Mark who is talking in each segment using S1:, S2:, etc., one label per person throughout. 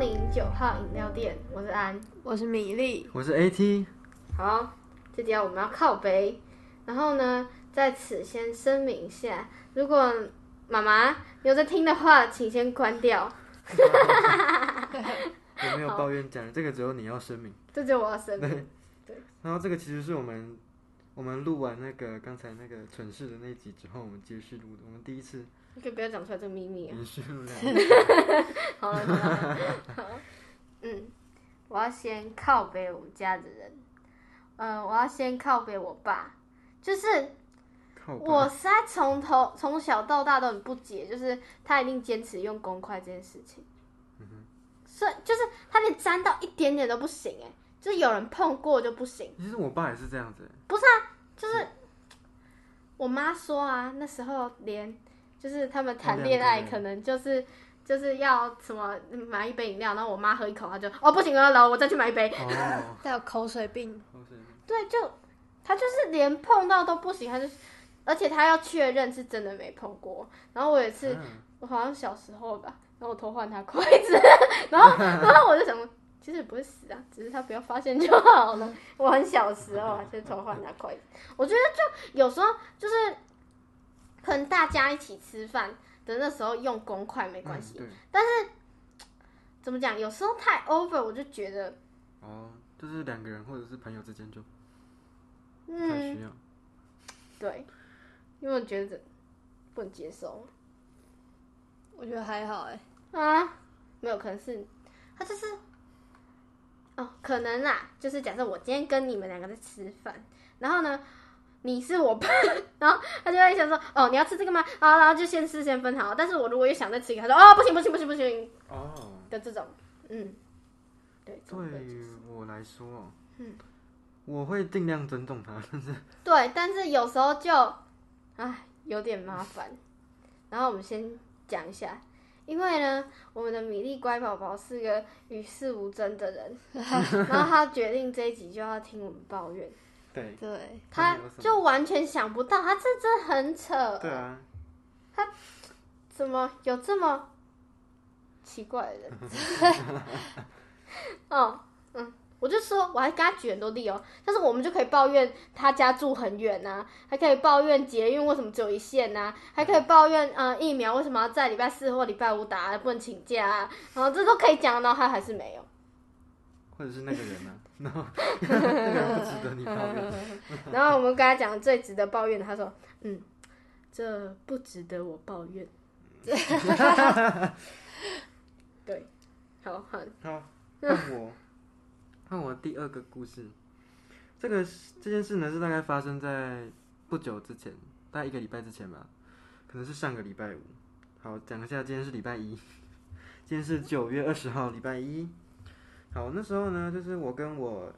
S1: 泡饮料店，我是安。
S2: 我是米粒，
S3: 我是 AT，
S1: 好，这条我们要靠背。然后呢，在此先声明一下，如果妈妈有在听的话，请先关掉。
S3: 有没有抱怨讲？这个只有你要声明。
S1: 这就我要声 明。
S3: 然后这个其实是我们我们录完那个刚才那个蠢事的那一集之后，我们接续录的。我们第一次
S1: 你可以不要讲出来这个秘密 啊。
S3: 连续录两集。
S1: 好了，好了，好嗯，我要先靠北我们家的人，呃，我要先靠北我爸，就是
S3: 靠 背
S1: 我实在从头从小到大都很不解，就是他一定坚持用公筷这件事情，
S3: 嗯
S1: 所以就是他连沾到一点点都不行哎、就是有人碰过就不行，
S3: 其实我爸也是这 样子、
S1: 就是我妈说啊，那时候连就是他们谈
S3: 哦
S1: 恋爱
S3: 两个人
S1: 可能就是。就是要什么买一杯饮料，然后我妈喝一口，她就哦不行了，老我再去买一杯。
S3: 哦，
S2: 他有口水病，
S3: 好神秘
S1: 对，就他就是连碰到都不行，他就是，而且他要确认是真的没碰过。然后我有一次，
S3: 啊
S1: 我好像小时候吧，然后我偷换他筷子， 然后然后我就想说，其实也不会死啊，只是他不要发现就好了。我很小时候啊，就偷换他筷子。我觉得就有时候就是，可能大家一起吃饭的那时候用公筷没关系，
S3: 嗯对，
S1: 怎么讲？有时候太 over，我就觉得，
S3: 哦，就是两个人或者是朋友之间就不
S1: 嗯，
S3: 太需要。
S1: 对，因为我觉得不能接受
S2: 我觉得还好哎、
S1: 啊，没有，可能是他就是哦，可能啦，就是假设我今天跟你们两个在吃饭，然后呢，你是我爸， 然后他就会想说，哦，你要吃这个吗？啊，然后就先吃先分好，但是我如果又想再吃一个，他说，哦，不行不行不行不行
S3: 哦，
S1: 的这种，嗯，对，这
S3: 对
S1: 种的
S3: 于我来说，嗯，我会尽量尊重他， 但是
S1: 对，但是有时候就，唉，有点麻烦。然后我们先讲一下，因为呢，我们的米粒乖宝宝是个与世无争的人，然后他决定这一集就要听我们抱怨，
S3: 对
S2: 对，
S1: 他就完全想不到，他这真的很扯，
S3: 对啊，
S1: 怎么有这么奇怪的人？哦，嗯，我就说，我还跟他举很多例哦，但是我们就可以抱怨他家住很远呐、还可以抱怨捷运为什么只有一线呐、还可以抱怨呃疫苗为什么要在礼拜四或礼拜五打，不能请假啊，然后这都可以讲，然后他还是没有。
S3: 或者是 那个人啊，然后那个人不值得你抱怨。
S1: 然后我们跟他讲最值得抱怨的，他说，嗯，这不值得我抱怨。对，好，好，
S3: 好，换我，换我第二个故事。这个是这件事呢，是大概发生在不久之前，大概一个礼拜之前吧，可能是上个礼拜五。好，讲一下，今天是礼拜一，今天是九月二十号，礼拜一。好，那时候呢，就是我跟我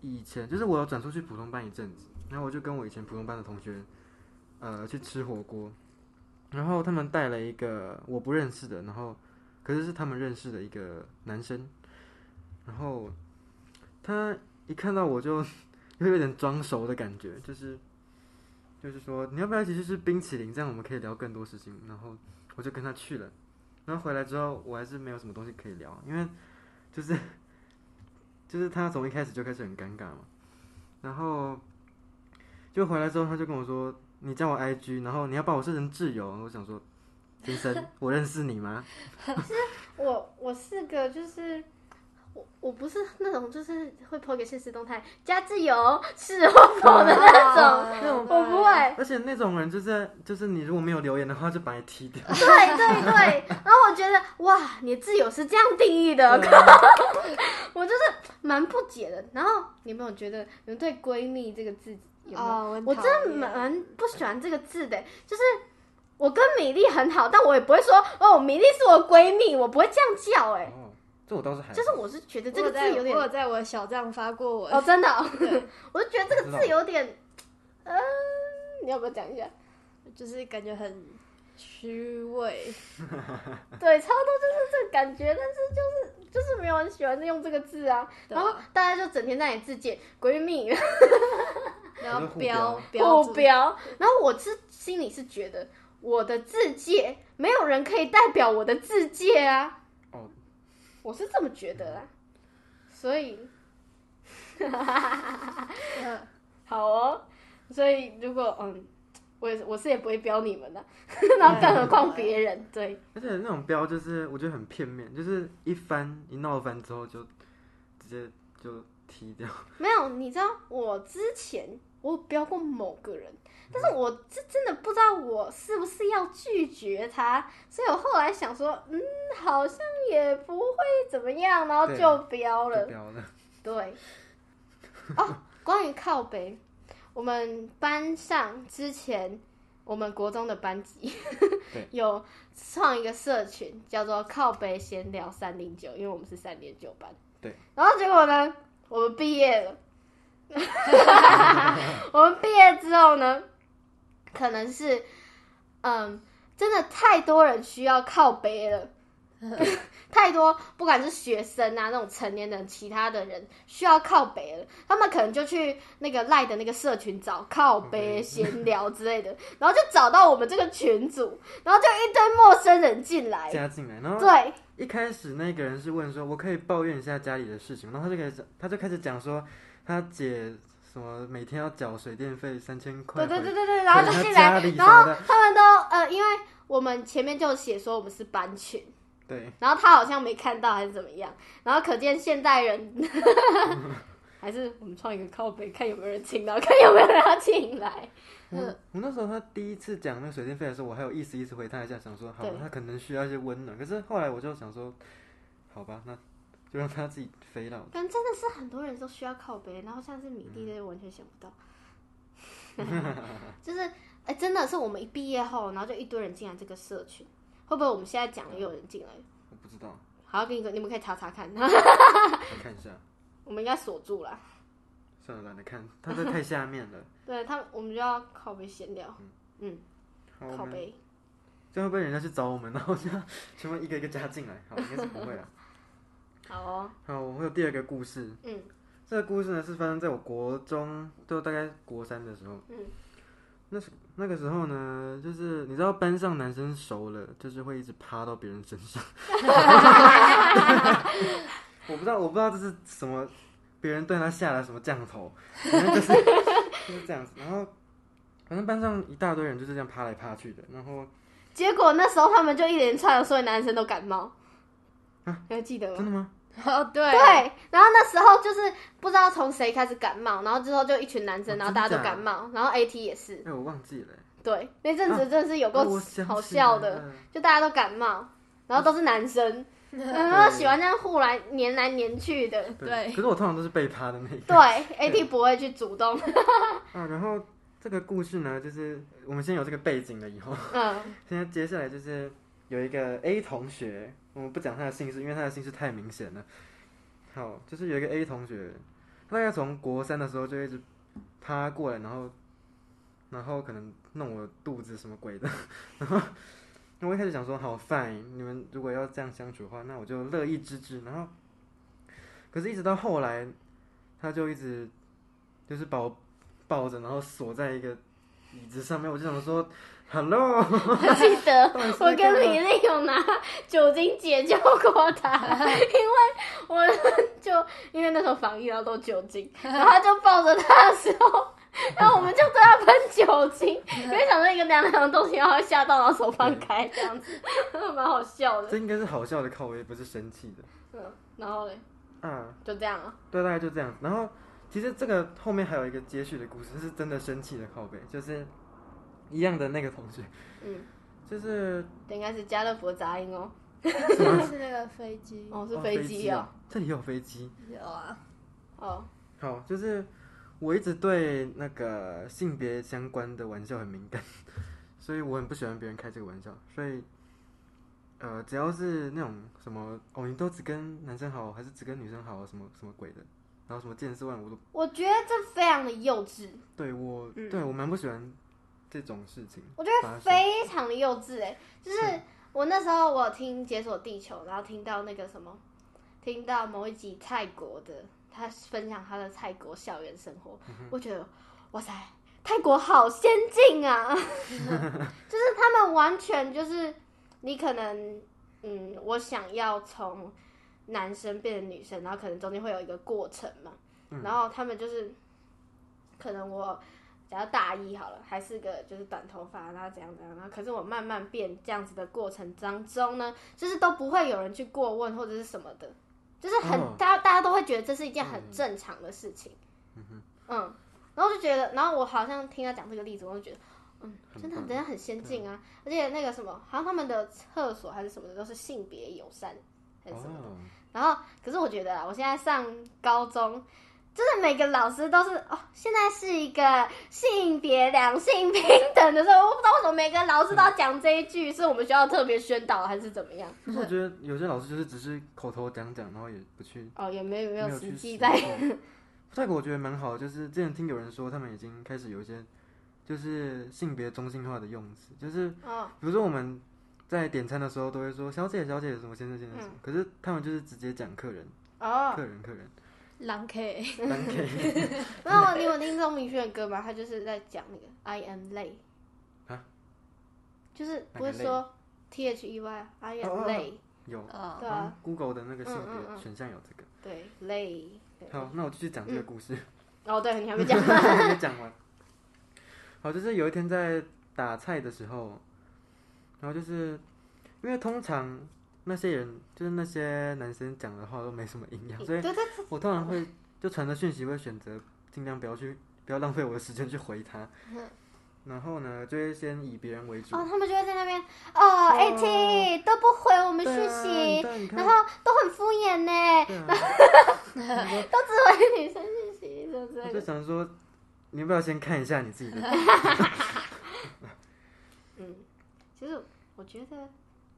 S3: 以前，就是我有转出去普通班一阵子，然后我就跟我以前普通班的同学，呃，去吃火锅，然后他们带了一个我不认识的，然后可是是他们认识的一个男生，然后他一看到我就 又有点装熟的感觉，就是就是说你要不要一起去吃冰淇淋？这样我们可以聊更多事情。然后我就跟他去了，然后回来之后我还是没有什么东西可以聊，因为就是 就是他从一开始就开始很尴尬嘛，然后就回来之后他就跟我说你加我 IG，然后你要把我设成挚友，我想说。先生，我认识你吗？
S1: 我我是个就是。我我不是那种就是会抛给现实动态加自由是或否的哦那种，
S2: 啊
S1: 我不，会。
S3: 而且那种人就是就是你如果没有留言的话，就把你踢掉。
S1: 对对对，然后我觉得哇，你自由是这样定义 的， 我就是蛮不解的。然后你有没有觉得你们对闺蜜这个字有没有
S2: 啊，很
S1: 哦我
S2: 讨
S1: 真的
S2: 厌
S1: 蛮不喜欢这个字的，就是我跟米粒很好，但我也不会说哦，米粒是我闺蜜，我不会这样叫哎。
S3: 哦，这我倒是还好
S1: 就是我是觉得这个
S2: 嗯我在
S1: 字有点
S2: 我有在我的小账发过文，
S1: 哦，真的、 哦，我就觉得这个
S3: 真的哦
S1: 字有点，嗯、你要不要讲一下？
S2: 就是感觉很虚伪，
S1: 对，差不多就是这个感觉，但是就是就是没有人喜欢用这个字啊，
S2: 对
S1: 然后大家就整天在你自荐闺蜜
S2: 然后
S3: 我是
S2: 标
S3: 互
S2: 标
S1: 目
S2: 注
S1: 哦标，然后我是心里是觉得我的自介没有人可以代表我的自介啊，
S3: 哦，
S1: 我是这么觉得啦，所以
S2: 嗯
S1: 好哦，所以如果嗯，我也是我是也不会标你们的，然后更何况别人，对，
S3: 而且那种标就是我觉得很片面，就是一翻一闹翻之后就直接就踢掉。
S1: 没有，你知道我之前我有标过某个人，但是我这真的不知道我是不是要拒绝他，所以我后来想说，嗯，好像也不会怎么样，然后
S3: 对
S1: 就标了
S3: 就，标了，
S1: 对。哦，关于靠北，我们班上之前我们国中的班级
S3: 对
S1: 有创一个社群，叫做靠北闲聊三零九，因为我们是三零九班。
S3: 对。
S1: 然后结果呢，我们毕业 了。我们毕业之后呢，可能是，嗯，真的太多人需要靠北 了。太多，不管是学生啊那种成年人，其他的人需要靠北了，他们可能就去那个赖的那个社群找靠北
S3: OK
S1: 闲聊之类的，然后就找到我们这个群组，然后就一堆陌生人进来，
S3: 加进来，然后
S1: 对，
S3: 一开始那个人是问说，我可以抱怨一下家里的事情吗，然后他就开始讲，他就开始讲说，他姐什么每天要缴水电费三千块，
S1: 对对
S3: 回
S1: 对对对，然后就
S3: 回
S1: 进
S3: 他家
S1: 来
S3: 里，什
S1: 然
S3: 么
S1: 后
S3: 的，
S1: 他们都呃，因为我们前面就写说我们是班群，
S3: 对，
S1: 然后他好像没看到还是怎么样，然后可见现代人 还是我们创一个靠北，看有没有人进来， 看有没有人要进来。
S3: 我我那时候他第一次讲那个水电费的时候，我还有意思意思回他一下，想说好
S1: 对，
S3: 他可能需要一些温暖。可是后来我就想说，好吧，那就让他自己飞了。
S1: 但真的是很多人都需要靠背，然后像是米粒，这些完全想不到。 就是，哎、真的是我们一毕业后，然后就一堆人进来这个社群，会不会我们现在讲了又有人进来？
S3: 我不知 道，
S1: 好，给你个，你们可以查查看，
S3: 我看一下，
S1: 我们应该锁住了。
S3: 算了，懒得看，他在太下面 了。
S1: 对他们，我们就要靠背闲聊，嗯，
S3: 好，我
S1: 靠
S3: 们
S1: 背。
S3: 这样会不会人家去找我们，然后就 全部一个一个加进来？好，应该是不会了。
S1: 好哦，
S3: 好，我有第二个故事。
S1: 嗯，
S3: 这个故事呢是发生在我国中，就大概国三的时候。
S1: 嗯，
S3: 那时那个时候呢，就是你知道班上男生熟了，就是会一直趴到别人 身上。我不知道，我不知道这是什么，别人对他下了什么降头，反正就是 就是这样子。然后反正班上一大堆人就是这样趴来趴去的，然后
S1: 结果那时候他们就一连串，所有男生都感冒。你还记得吗？
S3: 啊真的吗？
S2: 哦对，
S1: 对，然后那时候就是不知道从谁开始感冒，然后之后就一群男生，
S3: 哦
S1: 然后大家
S3: 真
S1: 都
S3: 假
S1: 感冒，然后 AT 也是，
S3: 哎、我忘记了、
S1: 对，那阵
S3: 啊
S1: 子真的是有
S3: 哦
S1: 够
S3: 我想
S1: 好
S3: 起
S1: 笑
S3: 来
S1: 的，
S3: 了
S1: 就大家都感冒，然后都是男生， 然后喜欢这样互来黏来黏去 的，
S2: 对
S3: 哎可是我通常都是被趴的那一个。
S1: 对，AT 不会去主动，
S3: 啊，然后这个故事呢，就是我们先有这个背景了，以后，
S1: 嗯，
S3: 现在接下来就是有一个 A 同学，我们不讲他的姓氏，因为他的姓氏太明显了。好，就是有一个 A 同学，他大概从国三的时候就一直趴过来，然后，然后可能弄我肚子什么鬼的，然后。那我一开始想说好 fine，你们如果要这样相处的话，那我就乐意之至。然后，可是，一直到后来，他就一直就是把我抱着，然后锁在一个椅子上面。我就想说，hello，
S1: 我记得
S3: 到底是
S1: 我
S3: 在
S1: 跟
S3: 干嘛
S1: 米粒有拿酒精解救过他，因为我就因为那时候防疫然后都酒精，然后他就抱着他的时候。然后我们就对他喷酒精，因为想说一个凉凉的东西，然后他吓到，然后手放开这样子， 蛮好笑的。
S3: 这应该是好笑的靠背，不是生气的
S1: 嗯，然后嘞，
S3: 啊。
S1: 就这样啊。
S3: 对，大概就这样子。然后其实这个后面还有一个接续的故事，是真的生气的靠背，就是一样的那个同学，
S1: 嗯，
S3: 就是
S1: 这应该是家乐福的杂音哦。
S2: 是那个飞机
S1: 哦，是
S3: 哦
S1: 飞
S3: 机
S1: 机哦。
S3: 这里有飞机。
S2: 有啊，
S1: 哦，
S3: 好，就是我一直对那个性别相关的玩笑很敏感， 所以我很不喜欢别人开这个玩笑。所以，呃，只要是那种什么哦，你都只跟男生好，还是只跟女生好，什么什么鬼的，然后什么见识万我都
S1: 我觉得这非常的幼稚，
S3: 对我，
S1: 嗯
S3: 对我蛮不喜欢这种事情
S1: 我
S3: 发
S1: 觉得
S3: 生。
S1: 非常的幼稚哎、就是我那时候我有听《解锁地球》，然后听到那个什么，听到某一集泰国的他分享他的泰国校园生活，
S3: 嗯
S1: 我觉得哇塞，泰国好先进啊！ 就是他们完全就是你可能嗯，我想要从男生变成女生，然后可能中间会有一个过程嘛。然后他们就是，可能我假如大一好了，还是个就是短头发，啊然后怎样怎样，然后可是我慢慢变这样子的过程当中呢，就是都不会有人去过问或者是什么的，就是很、
S3: 哦
S1: 大家大家都会觉得这是一件很正常的事情。嗯然后我就觉得，然后我好像听他讲这个例子，我就觉得。嗯，
S3: 很
S1: 真的，
S3: 棒
S1: 人家很先进啊！而且那个什么，好像他们的厕所还是什么的，都是性别友善还是什么的。
S3: 哦，
S1: 然后，可是我觉得啊，我现在上高中，真的每个老师都是哦，现在是一个性别两性平等的时候，我不知道为什么每个老师都要讲这一句，是我们学校特别宣导还是怎么样？
S3: 可是我觉得有些老师就是只是口头讲讲，然后也不去，
S1: 哦，也没有没
S3: 嗯没
S1: 有
S3: 去
S1: 实际
S3: 实
S1: 在，
S3: 践。泰国我觉得蛮好的，就是之前听有人说他们已经开始有一些就是性别中性化的用词，就是
S1: 哦，
S3: 比如说我们在点餐的时候都会说小姐小姐什么先生先生什么，可是他们就是直接讲客人
S1: 嗯哦，
S3: 客人客人，
S2: 狼 K，
S3: 单 K
S1: 那我你有听钟明轩的歌吗？他就是在讲那个 I am 累
S3: 啊，
S1: 就是
S3: 哪
S1: 不
S3: 个
S1: 会
S3: 累
S1: 说 T H E Y I
S3: 哦哦
S1: am
S3: 哦
S1: 累，
S3: 有
S2: 哦，
S1: 对啊，
S3: Google 的那个性
S1: 嗯嗯
S3: 别
S1: 嗯
S3: 选项有这个。
S1: 对累，对
S3: 好，那我继续讲这个故事，
S1: 哦，对，你还没 讲
S3: 还没讲完。 好，就是有一天在打菜的时候，然后就是因为通常那些人就是那些男生讲的话都没什么营养，所以
S1: 对对对
S3: 我通常会就传的讯息会选择尽量不要去不要浪费我的时间去回他，然后呢就会先以别人为主。
S1: 哦，他们就会在那边，哦，AT 都不回我们
S3: 对
S1: 讯
S3: 啊
S1: 息，
S3: 对啊你看
S1: 然后都很敷衍呢，
S3: 对啊，
S1: 都只回女生讯息，是不
S3: 我
S1: 是？
S3: 就想说，你要不要先看一下你自己的？
S1: 嗯，其实我觉得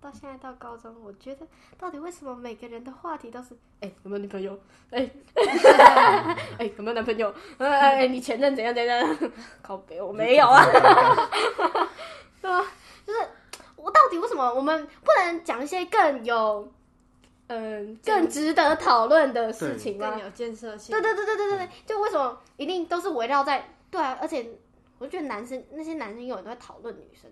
S1: 到现在到高中，我觉得到底为什么每个人的话题都是，哎，有没有女朋友？哎， 哎，有没有男朋友？哎哎，哎你前任怎样怎样？靠北，我没有啊。 对啊，就是我到底为什么我们不能讲一些更有，嗯、更值得讨论的事情啊吗
S2: 更？有建设性
S1: 对。对对对对对对，就为什么一定都是围绕在对啊？而且我觉得男生那些男生永远都在讨论女生。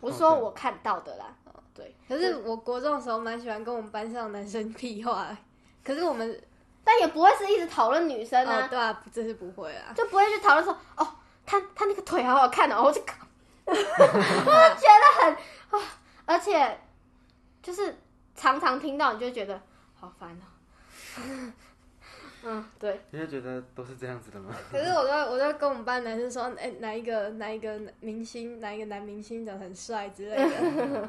S1: 我是说
S3: 哦对
S1: 我看到的啦，对，
S2: 可是我国中的时候蛮喜欢跟我们班上的男生屁话欸，可是我们
S1: 但也不会是一直讨论女生
S2: 哦
S1: 啊，
S2: 对啊，不这是不会啊，
S1: 就不会去讨论说哦，他他那个腿好好看哦，我就靠，我就觉得很啊、而且就是常常听到你就觉得好烦哦。嗯，对，
S3: 你会觉得都是这样子的吗？
S2: 可是我都我都跟我们班男生说，哎、哪一个哪一个明星，哪一个男明星长得很帅之类的，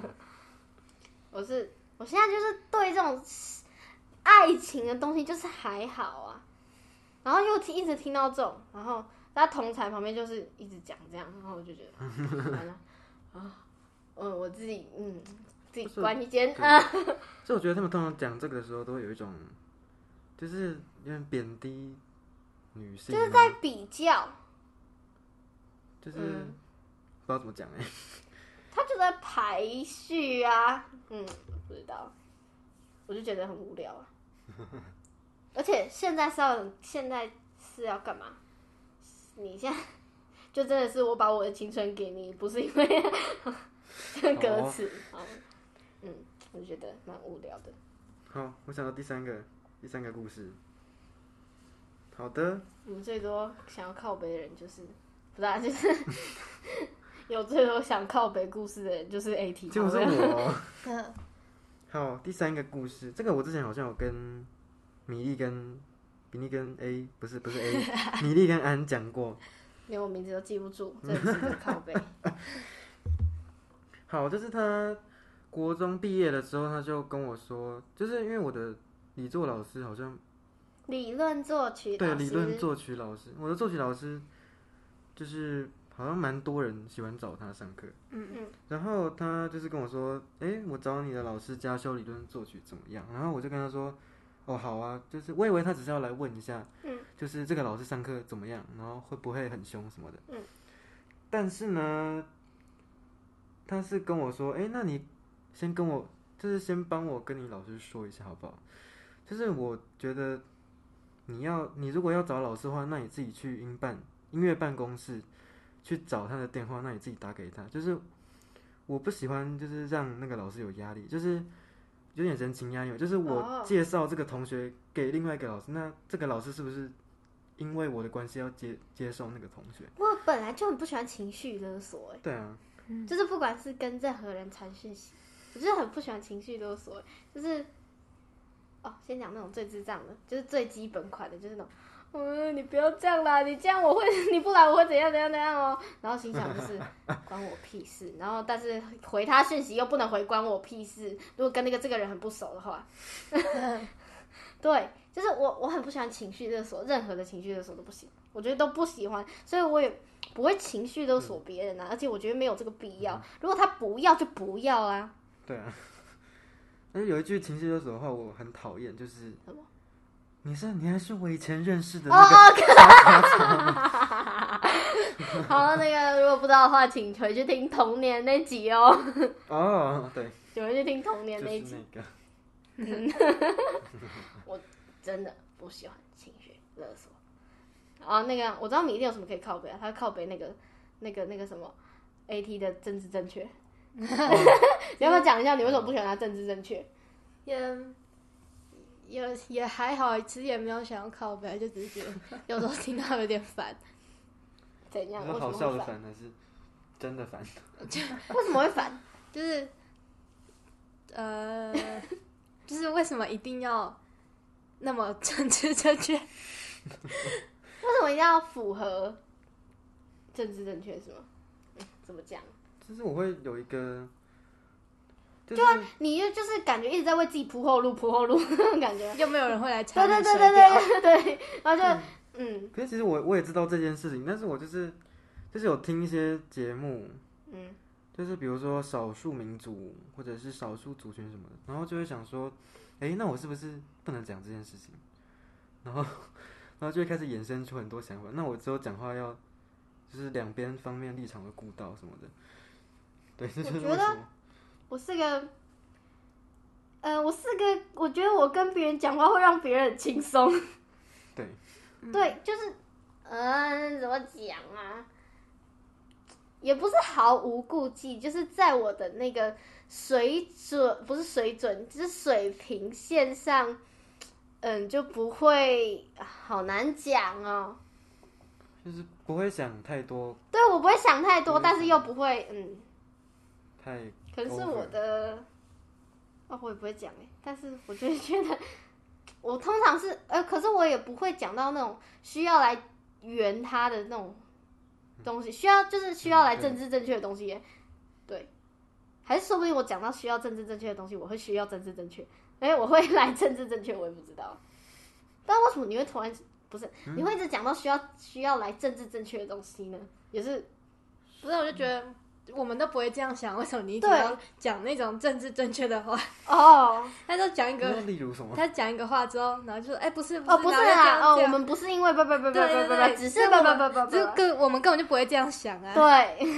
S1: 我是我现在就是对这种爱情的东西就是还好啊，然后又听一直听到这种，然后在同台旁边就是一直讲这样，然后我就觉得完了啊，嗯，我自己嗯自己
S3: 不是
S1: 关一间
S3: 对
S1: 啊，
S3: 所以我觉得他们通常讲这个的时候，都会有一种就是有点贬低女性吗，
S1: 就
S3: 啊
S1: 是在比较，
S3: 就是、
S1: 嗯
S3: 不知道怎么讲哎、
S1: 他就在排序啊，嗯，不知道，我就觉得很无聊啊，而且现在是要现在是要干嘛？你现在 就真的是我把我的青春给你，不是因为歌词，好，嗯，我就觉得蛮无聊的。
S3: 好，我想到第三个第三个故事。好的，
S1: 我们最多想要靠北的人就是，不是、啊、就是有最多想靠北故事的人就是 AT，
S3: 结果是我。哦
S2: 嗯
S3: 好，第三个故事，这个我之前好像有跟米粒跟比利跟 A 不是不是 A 米粒跟安讲过，
S1: 连我名字都记不住，真的是靠北。
S3: 好，就是他国中毕业的时候，他就跟我说，就是因为我的理作老师好像
S1: 理论作曲
S3: 对
S1: 老
S3: 理
S1: 师，
S3: 论作曲老师，我的作曲老师就是好像蛮多人喜欢找他上课，
S2: 嗯
S1: 嗯，
S3: 然后他就是跟我说，诶，我找你的老师加修理论作曲怎么样？然后我就跟他说，哦，好啊，就是我以为他只是要来问一下，
S1: 嗯，
S3: 就是这个老师上课怎么样，然后会不会很凶什么的，
S1: 嗯，
S3: 但是呢，他是跟我说，诶，那你先跟我，就是先帮我跟你老师说一下好不好？就是我觉得你要，你如果要找老师的话，那你自己去音办音乐办公室去找他的电话，那你自己打给他，就是。我不喜欢就是让那个老师有压力，就是有点人情压力嘛，就是我
S1: 哦
S3: 介绍这个同学给另外一个老师，那这个老师是不是因为我的关系要接接受那个同学？
S1: 我本来就很不喜欢情绪勒索、欸，
S3: 对啊，
S1: 就是不管是跟任何人传讯息，我就是很不喜欢情绪勒索、欸就是哦，先讲那种最智障的，就是最基本款的，就是那种。嗯，你不要这样啦！你这样我会， 你不然我会怎样怎样怎样哦。然后心想就是关我屁事，然后但是回他讯息又不能回关我屁事。如果跟那个这个人很不熟的话， 对，就是我我很不喜欢情绪勒索，任何的情绪勒索都不行，我觉得都不喜欢，所以我也不会情绪勒索别人啊，而且我觉得没有这个必要。如果他不要就不要啊，
S3: 对啊。但是有一句情绪勒索的话，我很讨厌，就是
S1: 什么
S3: 你是你还是我以前认识的
S1: 哦
S3: 那个
S1: 哦，好了，那个如果不知道的话，请回去听童年那集哦，
S3: 哦，对，
S1: 请回去听童年
S3: 就
S1: 那一集。
S3: 是那个，
S1: 真的不喜欢情绪勒索。啊，那个我知道米粒有什么可以靠背啊，他靠背那个、那个、那个什么 AT 的政治正确。
S3: 哦
S1: 你要不要讲一下你为什么不喜欢他政治正确？
S2: 也也也还好，其实也没有想要靠背，就只是觉得有时候听到有点 烦。
S1: 怎样？
S3: 你
S1: 为
S3: 说
S1: 什么
S3: 好笑
S1: 会
S3: 的
S1: 烦？
S3: 烦还是真的烦？
S1: 为什么会烦？
S2: 就是呃，就是为什么一定要那么政治正 确？
S1: 为什么一定要符合政治正确？是吗？嗯怎么讲？
S3: 就是我会有一个，就是
S1: 你就就是感觉一直在为自己铺后路，铺后路那种感觉。
S2: 又没有人会来插
S1: 对
S2: 你
S1: 对对
S2: 水
S1: 对
S2: 表
S1: 对对对，然后就嗯
S3: 可是其实我我也知道这件事情，但是我就是就是有听一些节目，
S1: 嗯，
S3: 就是比如说少数民族或者是少数族群什么的，然后就会想说，诶，那我是不是不能讲这件事情？然后然后就会开始衍生出很多想法。那我之后讲话要就是两边方面立场都顾到什么的，对，这就是
S1: 我觉
S3: 为
S1: 得
S3: 什么
S1: 我是个，呃，我是个，我觉得我跟别人讲话会让别人很轻松。
S3: 对，
S1: 对，就是，嗯、怎么讲啊？也不是毫无顾忌，就是在我的那个水准，不是水准，就是水平线上，嗯，就不会好难讲哦。
S3: 就是不会想太多，
S1: 对，我不会想太多，
S3: 嗯
S1: 但是又不会，嗯，
S3: 太
S1: 可能是我的，哦，我也不会讲哎、但是我就觉得，我通常是呃，可是我也不会讲到那种需要来圆他的那种东西，需要就是需要来
S3: 嗯
S1: 政治正确的东西耶、对，还是说不定我讲到需要政治正确的东西，我会需要政治正确，哎、我会来政治正确，我也不知道，但为什么你会突然不是你会一直讲到需要需要来政治正确的东西呢？也是
S2: 不是，我就觉得我们都不会这样想，为什么你一直
S1: 对
S2: 要讲那种政治正确的话？
S1: 哦。
S2: 他就讲一
S3: 那
S2: 个，
S3: 例如什么？
S2: 他讲一个话之后，然后就说：“哎、不是，
S1: 哦，不是
S2: 然后就这
S1: 啦，哦，
S2: 样这
S1: 我
S2: 样
S1: 们不是因为不不不不不
S2: 对对
S1: 不
S2: 对，
S1: 不，只
S2: 所
S1: 是
S2: 以
S1: 不
S2: 我
S1: 不
S2: 们
S1: 不不
S2: 就
S1: 不，
S2: 跟我们根本就不会这样想啊，
S1: 对，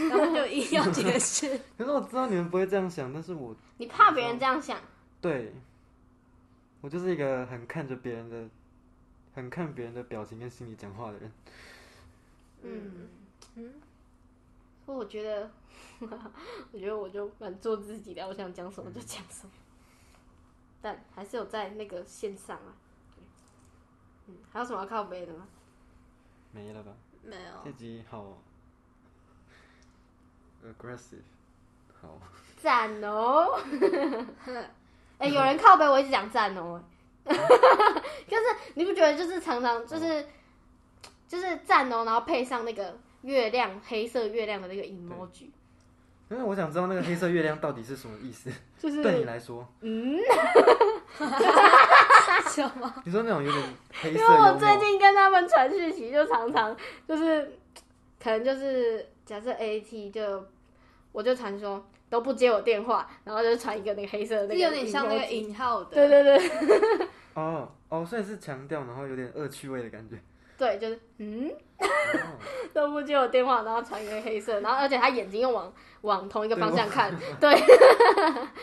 S2: 然后就硬要 解释。
S3: 可是我知道你们不会这样想，但是我
S1: 你怕别人这样想，
S3: 对，我就是一个很看着别人的，很看别人的表情跟心里讲话的人。
S1: 嗯
S2: 嗯
S1: 所以我觉得， 我觉得我就蛮做自己的，我想讲什么就讲什么，但还是有在那个线上啊，嗯，还有什么要靠背的吗？
S3: 没了吧？
S2: 没
S1: 哦
S2: 有，
S3: 这集好 aggressive，好，
S1: 赞哦，哎，有人靠背，我一直讲赞哦， 哎就是你不觉得就是常常就是就是赞哦，然后配上那个月亮黑色月亮的那个 emoji。
S3: 但是我想知道那个黑色月亮到底是什么意思？
S1: 就是
S3: 对你来说，
S1: 嗯，
S2: 什么？
S3: 你说那种有点黑
S1: 因
S3: 色
S1: 为
S3: 幽默，
S1: 我最近跟他们传讯息，就常常就是可能就是假设 AT 就我就传说都不接我电话，然后就传一个那个黑色的那
S2: 就
S1: 个，
S2: 有点像那个。引号的，
S1: 对对对
S3: 哦哦，所以是强调，然后有点恶趣味的感觉。
S1: 对，就是嗯
S3: 哦
S1: 都不接我电话，然后传一个黑色，然后而且他眼睛又往往同一个方向看，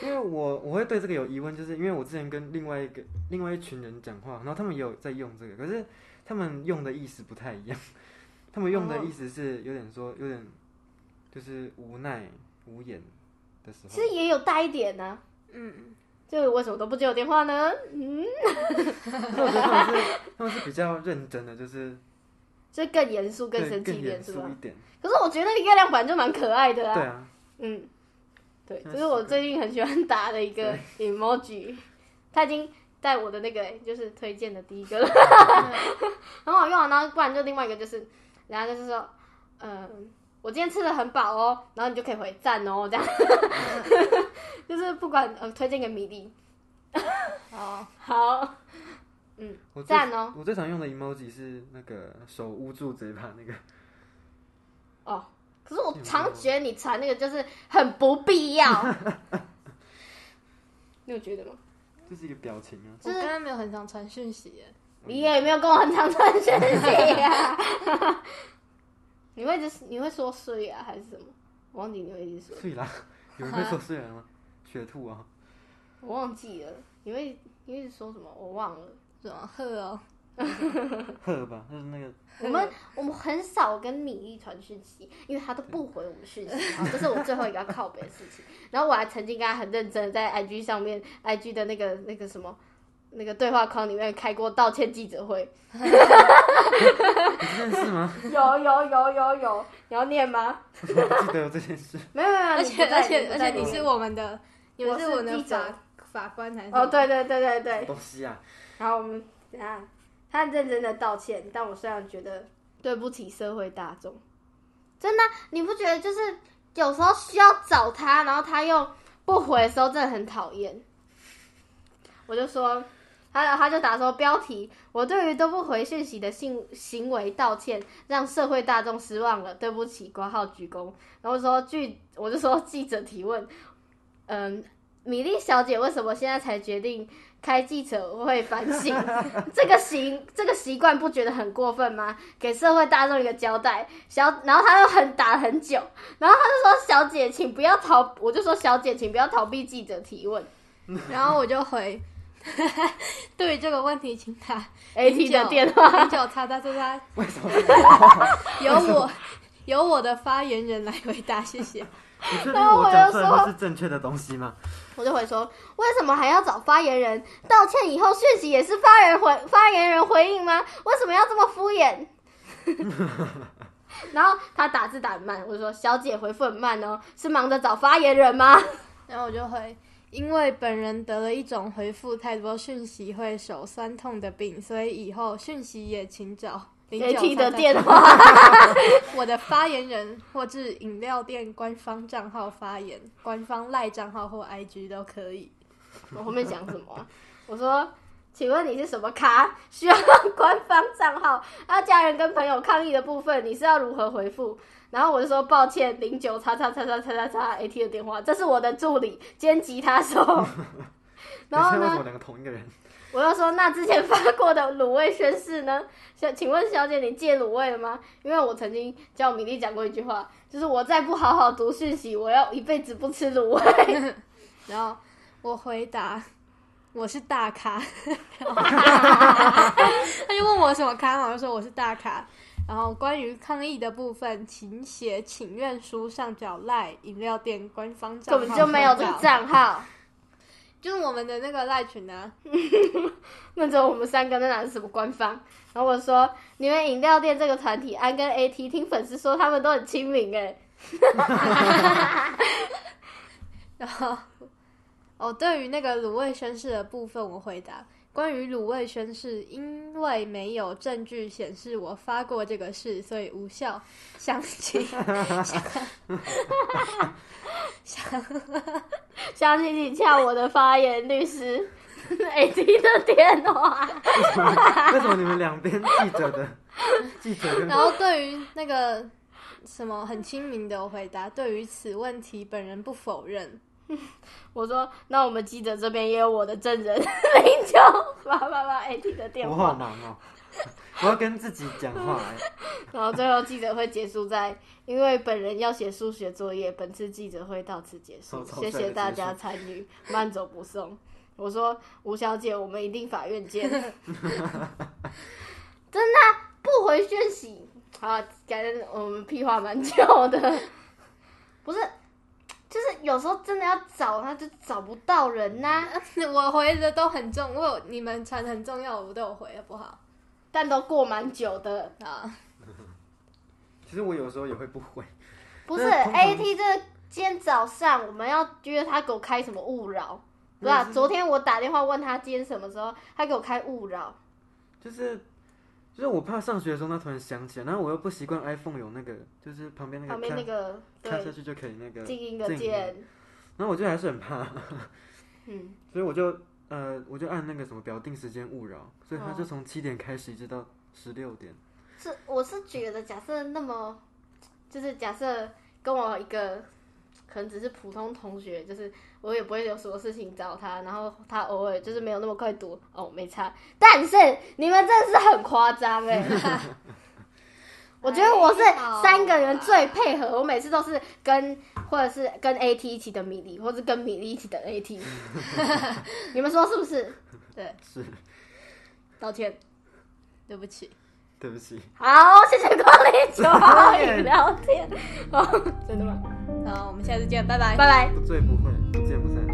S3: 因为我我会对这个有疑问，就是因为我之前跟另外一个另外一群人讲话，然后他们也有在用这个，可是他们用的意思不太一样。 他们用的
S1: 哦
S3: 意思是有点说有点就是无奈无言的时候
S1: 其，实也有带一点呢、
S2: 嗯，
S1: 就是为什么都不接我电话呢？
S3: 那我觉得他们是他们是比较认真的，就是
S1: 就更严肃、更生
S3: 更
S1: 气一
S3: 严
S1: 点，是
S3: 肃
S1: 吧
S3: 一？点。
S1: 可是我觉得那个月亮版就蛮可爱的啊。
S3: 对啊，
S1: 嗯，对，
S3: 那
S1: 这是我
S3: 是
S1: 最近很喜欢打的一个 emoji，它已经在我的那个欸就是推荐的第一个了， 很好用啊。然后不然就另外一个就是，然后就是说，嗯，我今天吃的很饱哦，然后你就可以回赞哦，这样， 就是不管呃推荐给米粒，
S2: 哦，
S1: 好，
S3: 我最
S1: 赞哦，
S3: 我最常用的 emoji 是那个手捂住嘴巴那个，
S1: 哦。可是我常觉得你传那个就是很不必要，你有觉得吗？
S3: 这是一个表情啊。
S2: 我刚刚没有很常传讯息耶，
S1: 你也没有跟我很常传讯息呀、啊 你会一直你会说睡啊还是什么？我忘记你会一直说，
S3: 睡 啦，有人会说睡了吗？雪兔啊，
S1: 我忘记了，你会你会一直说什么？我忘了。
S2: 什么呵哦，
S3: 鹤吧，就是那个
S1: 我们我们很少跟米粒传讯息，因为他都不回我们讯息，好这是我最后一个要靠北的事情。然后我还曾经跟他很认真的在 IG 上面，IG 的那个那个什么那个对话框里面开过道歉记者会，
S3: 你这件事吗？
S1: 有有有有有，你要念吗？
S3: 我怎么不记得有这件 事？
S1: 没有没有，
S2: 而
S1: 啊你
S2: 且
S1: 不在
S2: 而且
S1: 不
S2: 而
S1: 在
S2: 且你
S1: 里
S2: 是
S1: 面
S2: 我们的，你们
S1: 我
S2: 是
S1: 是
S2: 我们的
S1: 记者
S2: 法法官还是什么
S1: 哦，对对对对对，
S3: 东西 啊，
S1: 然后我们等下，他认真的道歉，但我虽然觉得对不起社会大众，真的啊，你不觉得就是有时候需要找他，然后他又不回的时候，真的很讨厌。我就说，他他就打说标题，我对于都不回讯息的行行为道歉，让社会大众失望了，对不起，挂号鞠躬。然后说记，我就说记者提问，嗯，米莉小姐为什么现在才决定开记者会反省？ 这个行这个习惯不觉得很过分吗？给社会大众一个交代。小，然后他又很打很久，然后他就说：“小姐，请不要逃。”我就说：“小姐，请不要逃避记者提问。
S2: 然后我就回， 对于这个问题，请打
S1: ”AT 的电话，
S2: 零九叉叉叉叉，
S3: 为什么？
S2: 由我由我的发言人来回答，谢谢。
S3: 你确定
S1: 然后我
S3: 我讲出来
S1: 又说
S3: 的是正确的东西吗？
S1: 我就回说：“为什么还要找发言人道歉？以后讯息也是发言回发言人回应吗？为什么要这么敷衍？” 然后他打字打很慢，我就说：“小姐回复很慢哦，是忙着找发言人吗？”
S2: 然后我就回，因为本人得了一种回复太多讯息会手酸痛的病，所以以后讯息也请找零
S1: AT
S2: 九
S1: 的电话，
S2: 我的发言人或至饮料店官方账号发言，官方赖账号或 IG 都可以。
S1: 我后面讲什么啊、我说，请问你是什么咖？需要官方账号？那家人跟朋友抗议的部分，你是要如何回复？然后我就说抱歉，零九叉叉叉叉叉叉叉 AT 的电话，这是我的助理兼吉他手。 然后
S3: 你现在为什么
S1: 呢，
S3: 两个同一个人？
S1: 我又说那之前发过的卤味宣誓呢？小，请问小姐你戒卤味了吗？因为我曾经叫米粒讲过一句话，就是我再不好好读讯息，我要一辈子不吃卤味。
S2: 然后我回答我是大咖，他就问我什么咖嘛，我就说我是大咖。然后关于抗议的部分，请写请愿书上缴赖饮料店官方账
S1: 根
S2: 号，
S1: 本就没有这个，账号。
S2: 就是我们的那个赖群啊。
S1: 那时候我们三个那哪是什么官方？然后我说，你们饮料店这个团体，安跟 AT 听粉丝说他们都很亲民哎，
S2: 然后，哦，对于那个卤味宣誓的部分，我回答：关于卤味宣誓，因为没有证据显示我发过这个事，所以无效。详情
S1: 相信你欠我的发言律师 AT 的电话。
S3: 为什么为什么你们两边记者的记者跟
S2: 然后对于那个什么很亲民的，我回答：对于此问题，本人不否认。
S1: 我说，那我们记者这边也有我的证人 零九 八八八 AT 的电
S3: 我好
S1: 话。
S3: 忙哦， 我要跟自己讲话哎、
S1: 然后最后记者会结束在，因为本人要写数学作业，本次记者会到此结束，
S3: 好草率
S1: 谢
S3: 的
S1: 谢大
S3: 结束
S1: 家参与，慢走不送。我说吴小姐，我们一定法院 见。真的啊、不回讯息，好，感觉我们屁话蛮久的，不是，就是有时候真的要找，他就找不到人呐、
S2: 我回的都很重，我有你们传很重要，我都有回，好不好？
S1: 但都过蛮久的。
S2: 啊，
S3: 其实我有时候也会不回，
S1: 不是
S3: 那通常
S1: AT 这今天早上我们要约他给我开什么勿扰？不是、
S3: 我也
S1: 啊，
S3: 是
S1: 昨天我打电话问他今天什么时候，他给我开勿扰。
S3: 就是就是我怕上学的时候他突然想起来，然后我又不习惯 iPhone 有那个，就是旁边那个
S1: 旁边那个
S3: 咔咔下
S1: 对
S3: 去就可以那个
S1: 静音的
S3: 静音
S1: 键，
S3: 然后我就还是很怕，
S1: 嗯，
S3: 所以我就呃我就按那个什么表定时间勿扰，所以他
S1: 哦
S3: 就从七点开始一直到十六点。
S1: 是我是觉得假设那么，就是假设跟我一个可能只是普通同学，就是我也不会有什么事情找他，然后他偶尔就是没有那么快读哦，没差。但是你们真的是很夸张哎。我觉得我是三个人最配合，我每次都是跟或者是跟 AT 一起的米粒，或者是跟米粒一起的 AT，你们说是不是？
S2: 对，
S3: 是，
S2: 道歉，对不起。
S3: 对不起，
S1: 好，谢谢光临酒好与聊天，哦，真的吗？
S2: 好，我们下次见，拜拜
S1: 拜。拜。
S3: 不醉不会，不见不散。